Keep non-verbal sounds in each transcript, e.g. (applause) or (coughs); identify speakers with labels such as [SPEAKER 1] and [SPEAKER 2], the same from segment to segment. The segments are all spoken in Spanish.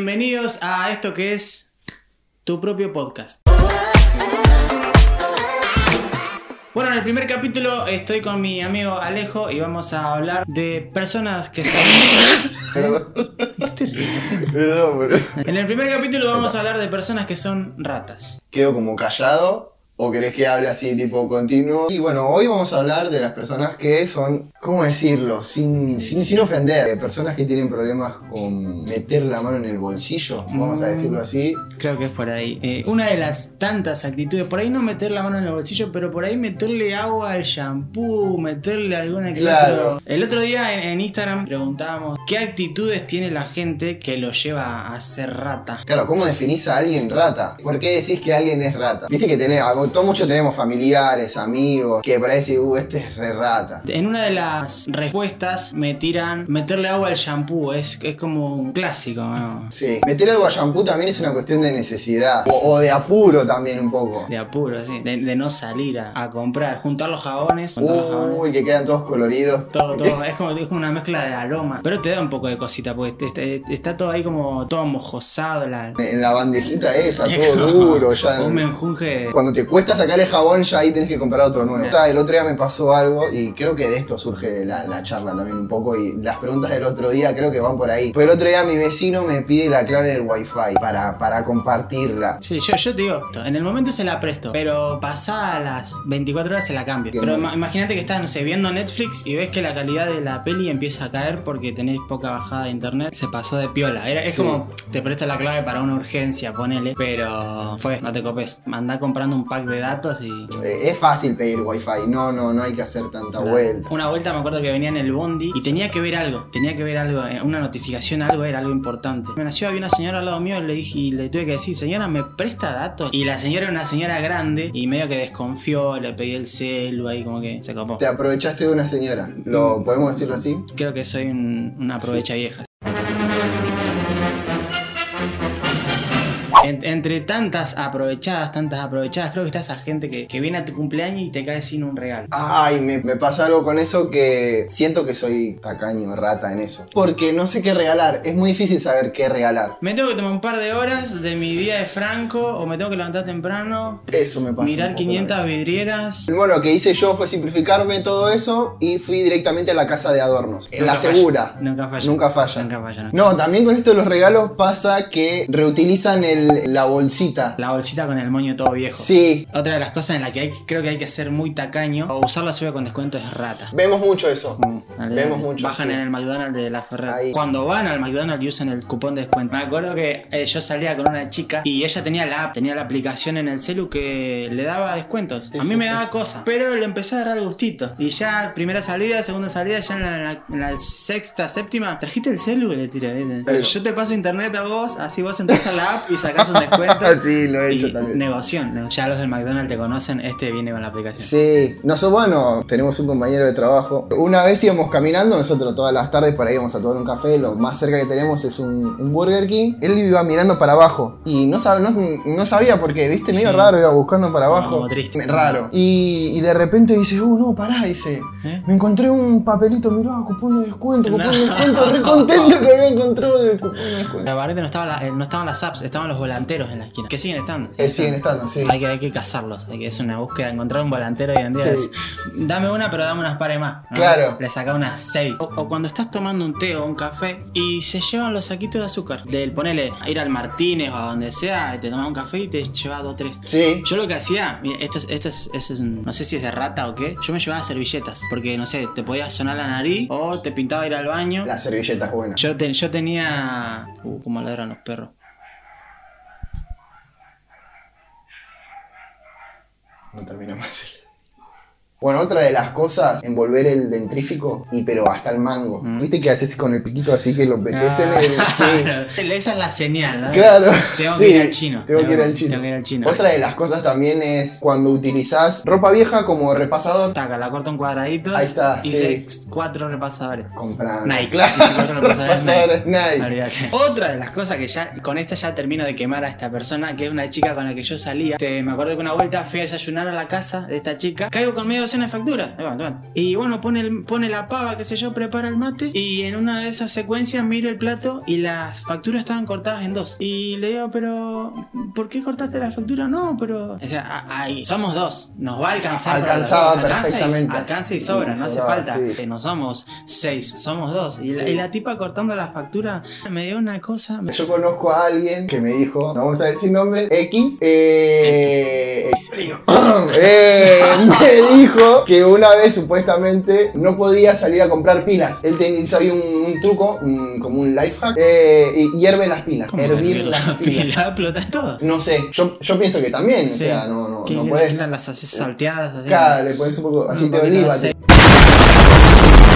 [SPEAKER 1] Bienvenidos a esto que es tu propio podcast. Bueno, en el primer capítulo estoy con mi amigo Alejo y vamos a hablar de personas que son...
[SPEAKER 2] Perdón, perdón, boludo.
[SPEAKER 1] En el primer capítulo vamos a hablar de personas que son ratas.
[SPEAKER 2] Quedo como callado. ¿O querés que hable así tipo continuo? Y bueno, hoy vamos a hablar de las personas que son, ¿cómo decirlo? Sin, sin, sin ofender, de personas que tienen problemas con meter la mano en el bolsillo, vamos a decirlo así.
[SPEAKER 1] Creo que es por ahí. Eh, una de las tantas actitudes, por ahí no meter la mano en el bolsillo, pero por ahí meterle agua al shampoo, meterle alguna que
[SPEAKER 2] Claro.
[SPEAKER 1] otro. El otro día en, en Instagram preguntábamos qué actitudes tiene la gente que lo lleva a ser rata.
[SPEAKER 2] Claro, ¿cómo definís a alguien rata? ¿Por qué decís que alguien es rata? Viste que tenemos, todos muchos tenemos familiares, amigos, que parece, uh, este es re rata.
[SPEAKER 1] En una de las respuestas me tiran meterle agua al shampoo, es, es como un clásico, ¿no?
[SPEAKER 2] Sí, meter algo a shampoo también es una cuestión de necesidad. O, o de apuro también un poco.
[SPEAKER 1] De apuro, sí. De, de no salir a, a comprar, juntar los jabones. Juntar
[SPEAKER 2] Uh.
[SPEAKER 1] los jabones.
[SPEAKER 2] Uy, que quedan todos coloridos.
[SPEAKER 1] Todo, todo. Es como, es como una mezcla de aroma. Pero te da un poco de cosita, porque está, está todo ahí como todo mojosado. La,
[SPEAKER 2] En la bandejita esa, todo duro, ya.
[SPEAKER 1] Un menjunje.
[SPEAKER 2] Cuando te cuesta sacar el jabón, ya ahí tenés que comprar otro nuevo. Ta, El otro día me pasó algo y creo que de esto surge de la, la charla también un poco y las preguntas del otro día creo que van por ahí. Pero el otro día mi vecino me pide la clave del wifi para, para compartirla.
[SPEAKER 1] Sí, yo, yo te digo, esto, en el momento se la presto, pero pasada las 24 horas se la cambio.
[SPEAKER 2] Bien.
[SPEAKER 1] Pero ima- imagínate que estás, no sé, viendo Netflix y ves que la calidad de la peli empieza a caer porque tenés poca bajada de internet. Se pasó de piola. Era- es
[SPEAKER 2] Sí.
[SPEAKER 1] como, te presto la clave para una urgencia, ponele. Pero fue, no te copes. Andá comprando un pack de datos y
[SPEAKER 2] Eh, es fácil pedir wifi, no, no, no hay que hacer tanta vuelta.
[SPEAKER 1] Una vuelta me acuerdo que venía en el bondi y tenía que ver algo, tenía que ver algo, eh, una notificación, algo, era algo importante. Me nació, había una señora al lado mío y le, dije, y le tuve que decir, señora, ¿me presta datos? Y la señora era una señora grande y medio que desconfió, le pedí el celu ahí como que se copó.
[SPEAKER 2] Te aprovechaste de una señora, ¿lo podemos decirlo así?
[SPEAKER 1] Creo que soy un- una aprovecha vieja. En- entre tantas aprovechadas, tantas aprovechadas, creo que está esa gente que, que viene a tu cumpleaños y te cae sin un regalo.
[SPEAKER 2] Ay, me, me pasa algo con eso que siento que soy tacaño, rata en eso. Porque no sé qué regalar, es muy difícil saber qué regalar.
[SPEAKER 1] Me tengo que tomar un par de horas de mi día de Franco o me tengo que levantar temprano,
[SPEAKER 2] Eso me pasa. un
[SPEAKER 1] mirar
[SPEAKER 2] poco también.
[SPEAKER 1] 500 vidrieras.
[SPEAKER 2] Bueno, lo que hice yo fue simplificarme todo eso y fui directamente a la casa de adornos. En la
[SPEAKER 1] Nunca falla,
[SPEAKER 2] segura.
[SPEAKER 1] Nunca falla.
[SPEAKER 2] Nunca falla.
[SPEAKER 1] Nunca falla. no.
[SPEAKER 2] No, también con esto de los regalos pasa que reutilizan el- la bolsita.
[SPEAKER 1] La bolsita con el moño todo viejo.
[SPEAKER 2] Sí,
[SPEAKER 1] Otra de las cosas en las que hay, creo que hay que ser muy tacaño o usar la suya con descuento es rata.
[SPEAKER 2] vemos mucho eso.
[SPEAKER 1] Mm, dale,
[SPEAKER 2] Vemos
[SPEAKER 1] dale.
[SPEAKER 2] mucho,
[SPEAKER 1] Bajan
[SPEAKER 2] sí.
[SPEAKER 1] en el McDonald's de la Ferrari.
[SPEAKER 2] Ahí.
[SPEAKER 1] Cuando van al McDonald's y usan el cupón de descuento. Me acuerdo que eh, yo salía con una chica y ella tenía la app, tenía la aplicación en el celu que le daba descuentos.
[SPEAKER 2] Sí,
[SPEAKER 1] a mí
[SPEAKER 2] sí,
[SPEAKER 1] me
[SPEAKER 2] sí.
[SPEAKER 1] daba cosas, pero le empecé a agarrar gustito. Y ya, primera salida, segunda salida, ya en la, en la- en la sexta, séptima, trajiste el celu le tiré. ¿viste?
[SPEAKER 2] Pero-
[SPEAKER 1] Yo te paso internet a vos, así vos entras a la app y sacás
[SPEAKER 2] (laughs)
[SPEAKER 1] un descuento.
[SPEAKER 2] (laughs) sí, lo he
[SPEAKER 1] Y
[SPEAKER 2] hecho también.
[SPEAKER 1] negoción, ¿no? ya los del McDonald's te conocen, este viene con la aplicación.
[SPEAKER 2] Sí, nosotros, bueno, tenemos un compañero de trabajo. Una vez íbamos caminando, nosotros todas las tardes para íbamos a tomar un café, lo más cerca que tenemos es un, un Burger King. Él iba mirando para abajo y no, sab- no, no sabía por qué, viste, medio
[SPEAKER 1] Sí.
[SPEAKER 2] raro, iba buscando para
[SPEAKER 1] Como
[SPEAKER 2] abajo.
[SPEAKER 1] triste.
[SPEAKER 2] Raro. Y, y de repente dice, uh, no, pará, dice,
[SPEAKER 1] ¿Eh?
[SPEAKER 2] me encontré un papelito, mirá, cupón de descuento, cupón de
[SPEAKER 1] No.
[SPEAKER 2] descuento, re contento que había encontrado el cupón de descuento.
[SPEAKER 1] La barreta no, estaba la- eh, no estaban las apps, estaban los volanteros en la esquina. Que siguen estando.
[SPEAKER 2] Eh, siguen estando, sí.
[SPEAKER 1] Hay que, hay que cazarlos. hay que- es una búsqueda. Encontrar un volantero hoy en día
[SPEAKER 2] Sí.
[SPEAKER 1] es. Dame una, pero dame unas pares más. ¿no?
[SPEAKER 2] Claro.
[SPEAKER 1] Le saca unas seis. O, o cuando estás tomando un té o un café y se llevan los saquitos de azúcar. Del ponele a ir al Martínez o a donde sea, y te tomas un café y te llevas dos tres.
[SPEAKER 2] Sí.
[SPEAKER 1] Yo lo que hacía, mira, esto es, esto es, eso es un- no sé si es de rata o qué. Yo me llevaba servilletas. Porque, no sé, te podía sonar la nariz o te pintaba ir al baño.
[SPEAKER 2] La servilleta es buena.
[SPEAKER 1] Yo, te- yo tenía. Uh, como ladran los perros.
[SPEAKER 2] No termina más. Bueno, otra de las cosas, envolver el dentrífico y pero hasta el mango.
[SPEAKER 1] Mm. Ah.
[SPEAKER 2] ¿Viste que haces con el piquito así que lo metes en el.
[SPEAKER 1] (laughs)
[SPEAKER 2] Sí.
[SPEAKER 1] Esa es la señal, ¿no?
[SPEAKER 2] Claro.
[SPEAKER 1] Tengo
[SPEAKER 2] sí,
[SPEAKER 1] que ir al chino.
[SPEAKER 2] Tengo, que ir al chino.
[SPEAKER 1] Tengo que ir al chino.
[SPEAKER 2] Otra de las cosas también es cuando utilizás ropa vieja como repasador.
[SPEAKER 1] Taca, la corto en cuadraditos.
[SPEAKER 2] Ahí está,
[SPEAKER 1] Hice cuatro repasadores.
[SPEAKER 2] Comprando.
[SPEAKER 1] Nike. (laughs)
[SPEAKER 2] Claro.
[SPEAKER 1] Cuatro
[SPEAKER 2] (laughs)
[SPEAKER 1] repasadores Nike.
[SPEAKER 2] Repasadores Nike.
[SPEAKER 1] Olvídate. Otra de las cosas que ya, con esta ya termino de quemar a esta persona, que es una chica con la que yo salía. Este, me acuerdo que una vuelta fui a desayunar a la casa de esta chica. Caigo con medio docena de facturas. Ahí va, ahí va. Y bueno, pone, el- pone la pava, qué sé yo, prepara el mate. Y en una de esas secuencias miro el plato y las facturas estaban cortadas en dos. Y le digo, pero, ¿por qué cortaste la factura? No, pero. O sea, a- ahí, somos dos. Nos va a alcanzar. para los dos.
[SPEAKER 2] Alcanzaba
[SPEAKER 1] alcanza y,
[SPEAKER 2] perfectamente.
[SPEAKER 1] alcanza y sobra, no hace
[SPEAKER 2] Sobraba,
[SPEAKER 1] falta.
[SPEAKER 2] sí.
[SPEAKER 1] Eh, No somos seis, somos dos. Y, la,
[SPEAKER 2] Sí.
[SPEAKER 1] y la tipa cortando la factura me dio una cosa.
[SPEAKER 2] Yo conozco a alguien que me dijo, no vamos a decir nombres, X, eh, (coughs)
[SPEAKER 1] (laughs)
[SPEAKER 2] eh, me dijo que una vez supuestamente no podía salir a comprar pilas. Él te- hizo ahí un, un truco, un- como un life hack, eh, y hierve las pilas,
[SPEAKER 1] ¿Cómo
[SPEAKER 2] hervir
[SPEAKER 1] hervir (laughs)
[SPEAKER 2] las
[SPEAKER 1] la
[SPEAKER 2] pilas.
[SPEAKER 1] pila? ¿Explotas todo?
[SPEAKER 2] No sé, yo, yo pienso que también, o
[SPEAKER 1] Sí.
[SPEAKER 2] sea, no, no,
[SPEAKER 1] Que
[SPEAKER 2] no puedes.
[SPEAKER 1] Las haces salteadas. así.
[SPEAKER 2] Claro, le pones un poco
[SPEAKER 1] Un
[SPEAKER 2] aceite de
[SPEAKER 1] poquito de
[SPEAKER 2] oliva. te-
[SPEAKER 1] aceite.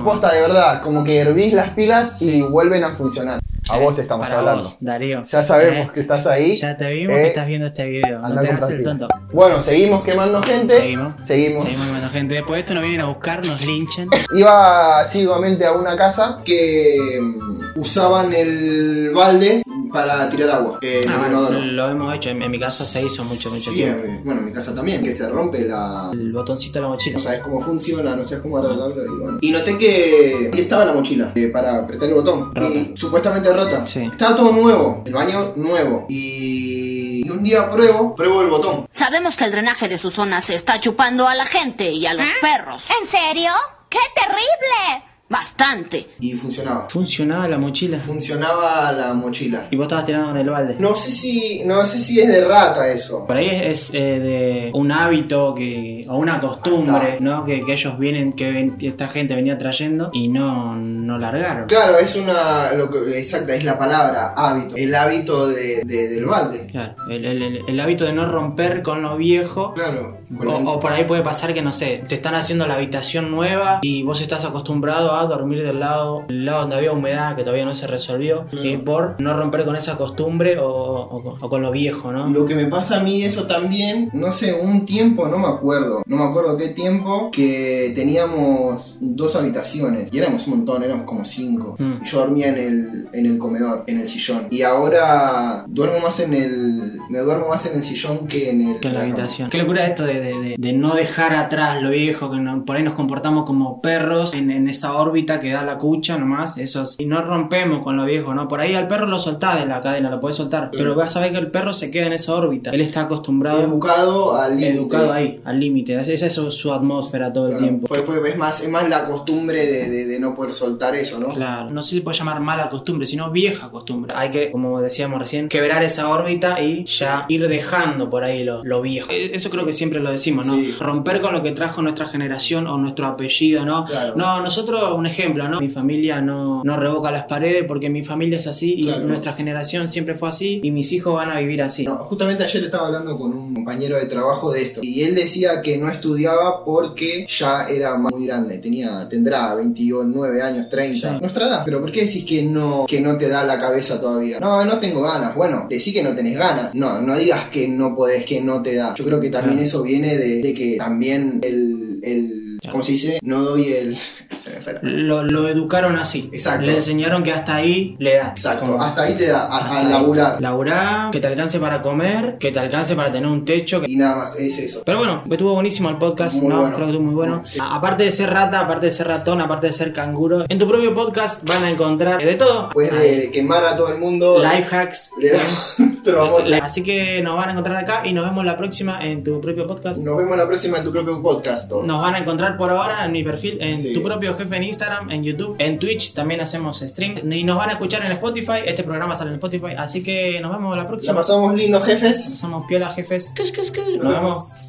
[SPEAKER 2] Posta, de verdad, como que hervís las pilas y vuelven a funcionar. A vos te estamos
[SPEAKER 1] Para
[SPEAKER 2] hablando.
[SPEAKER 1] vos, Darío.
[SPEAKER 2] Ya sabemos
[SPEAKER 1] Eh,
[SPEAKER 2] que estás ahí.
[SPEAKER 1] Ya te vimos
[SPEAKER 2] Eh,
[SPEAKER 1] que estás viendo este video.
[SPEAKER 2] Andá
[SPEAKER 1] No te
[SPEAKER 2] a
[SPEAKER 1] hagas
[SPEAKER 2] comprar
[SPEAKER 1] el
[SPEAKER 2] pilas.
[SPEAKER 1] tonto.
[SPEAKER 2] Bueno, seguimos quemando gente.
[SPEAKER 1] Seguimos.
[SPEAKER 2] Seguimos.
[SPEAKER 1] Seguimos viendo gente. Después de esto nos vienen a buscar, nos linchan.
[SPEAKER 2] Iba asiduamente a una casa que mm, usaban el balde para tirar agua. eh, en
[SPEAKER 1] Ah,
[SPEAKER 2] el
[SPEAKER 1] bueno,
[SPEAKER 2] inodoro.
[SPEAKER 1] lo hemos hecho. En, en mi caso se hizo mucho, mucho
[SPEAKER 2] Sí,
[SPEAKER 1] tiempo.
[SPEAKER 2] eh, bueno, en mi casa también, que se rompe la.
[SPEAKER 1] El botoncito de la mochila.
[SPEAKER 2] No sabes cómo funciona, no sabes cómo arreglarlo y bueno. Y noté que ahí estaba la mochila eh, para apretar el botón.
[SPEAKER 1] Rota.
[SPEAKER 2] Y supuestamente rota.
[SPEAKER 1] Sí.
[SPEAKER 2] Estaba todo nuevo, el baño nuevo. Y, y un día pruebo, pruebo el botón.
[SPEAKER 3] Sabemos que el drenaje de su zona se está chupando a la gente y a los perros.
[SPEAKER 4] ¿Ah? ¿En serio? ¡Qué terrible!
[SPEAKER 3] Bastante.
[SPEAKER 2] Y funcionaba.
[SPEAKER 1] Funcionaba la mochila.
[SPEAKER 2] Funcionaba la mochila.
[SPEAKER 1] Y vos estabas tirando con el balde.
[SPEAKER 2] No sé si, no sé si es de rata eso.
[SPEAKER 1] Por ahí es, es, eh, de un hábito que, o una
[SPEAKER 2] Ahí
[SPEAKER 1] costumbre,
[SPEAKER 2] está.
[SPEAKER 1] ¿no? Que, que ellos vienen, que ven- que esta gente venía trayendo y no, no largaron.
[SPEAKER 2] Claro, es una, lo que, exacta, es la palabra hábito, el hábito de, de- del balde.
[SPEAKER 1] Claro, el, el- el- el hábito de no romper con lo viejo.
[SPEAKER 2] Claro, con
[SPEAKER 1] O,
[SPEAKER 2] el-
[SPEAKER 1] o por ahí puede pasar que, no sé, te están haciendo la habitación nueva y vos estás acostumbrado a dormir del lado, del lado donde había humedad que todavía no se resolvió, y por no romper con esa costumbre o, o con- o con lo viejo, ¿no?
[SPEAKER 2] Lo que me pasa a mí eso también, no sé, un tiempo, no me acuerdo, no me acuerdo qué tiempo, que teníamos dos habitaciones y éramos un montón, éramos como cinco.
[SPEAKER 1] Mm.
[SPEAKER 2] Yo dormía en el, en el comedor, en el sillón. Y ahora duermo más en el, me duermo más en el sillón que en el...
[SPEAKER 1] que en la
[SPEAKER 2] cama.
[SPEAKER 1] habitación. Qué locura esto de, de- de- de no dejar atrás lo viejo, que no- por ahí nos comportamos como perros en, en esa órbita que da la cucha nomás, esos, y no rompemos con lo viejo, ¿no? Por ahí al perro lo soltás de la cadena, lo podés soltar,
[SPEAKER 2] Mm.
[SPEAKER 1] pero vas a ver que el perro se queda en esa órbita, él está acostumbrado,
[SPEAKER 2] Educado al límite.
[SPEAKER 1] educado ahí, al límite, esa es su, su atmósfera todo el
[SPEAKER 2] Claro,
[SPEAKER 1] tiempo.
[SPEAKER 2] pues- pues es, más, es más la costumbre de, de- de no poder soltar eso, ¿no?
[SPEAKER 1] Claro, no sé si se puede llamar mala costumbre, sino vieja costumbre. Hay que, como decíamos recién, quebrar esa órbita y ya ir dejando por ahí lo, lo viejo. Eh, Eso creo que siempre lo decimos, ¿no?
[SPEAKER 2] Sí.
[SPEAKER 1] Romper con lo que trajo nuestra generación o nuestro apellido, ¿no?
[SPEAKER 2] Claro.
[SPEAKER 1] No, nosotros, un ejemplo, ¿no? Mi familia no, no revoca las paredes porque mi familia es así y
[SPEAKER 2] Claro.
[SPEAKER 1] nuestra generación siempre fue así y mis hijos van a vivir así.
[SPEAKER 2] No, justamente ayer estaba hablando con un compañero de trabajo de esto y él decía que no estudiaba porque ya era más- muy grande, tenía tendrá 29 años, 30,
[SPEAKER 1] Sí.
[SPEAKER 2] nuestra edad. Pero ¿por qué decís que no que no te da la cabeza todavía? No, no tengo ganas. Bueno, decí que no tenés ganas. No, no digas que no podés, que no te da. Yo creo que también
[SPEAKER 1] Claro.
[SPEAKER 2] eso viene de, de que también el, el ¿cómo se dice? No doy el (laughs) se me fue la-
[SPEAKER 1] Lo, lo educaron así.
[SPEAKER 2] Exacto.
[SPEAKER 1] Le enseñaron que hasta ahí le da.
[SPEAKER 2] Exacto,
[SPEAKER 1] Como-
[SPEAKER 2] hasta ahí te da a, a laburar.
[SPEAKER 1] Laburá, que te alcance para comer, que te alcance para tener un techo, que
[SPEAKER 2] Y nada más, es eso.
[SPEAKER 1] Pero bueno, estuvo buenísimo el podcast,
[SPEAKER 2] Muy
[SPEAKER 1] ¿no?
[SPEAKER 2] bueno.
[SPEAKER 1] Creo que estuvo muy bueno.
[SPEAKER 2] Sí.
[SPEAKER 1] A- Aparte de ser rata, aparte de ser ratón, aparte de ser canguro, en tu propio podcast van a encontrar de todo.
[SPEAKER 2] Después Pues de quemar a todo el mundo,
[SPEAKER 1] Life hacks.
[SPEAKER 2] le damos (laughs) nuestro amor.
[SPEAKER 1] Así que nos van a encontrar acá y nos vemos la próxima en tu propio podcast.
[SPEAKER 2] Nos vemos la próxima en tu propio podcast. Tom.
[SPEAKER 1] Nos van a encontrar por ahora en mi perfil, en
[SPEAKER 2] Sí.
[SPEAKER 1] tu propio jefe en Instagram, en YouTube, en Twitch también hacemos stream y nos van a escuchar en Spotify. Este programa sale en Spotify, así que nos vemos la
[SPEAKER 2] La
[SPEAKER 1] próxima.
[SPEAKER 2] pasamos lindo, jefes.
[SPEAKER 1] Somos piola jefes. Nos vemos.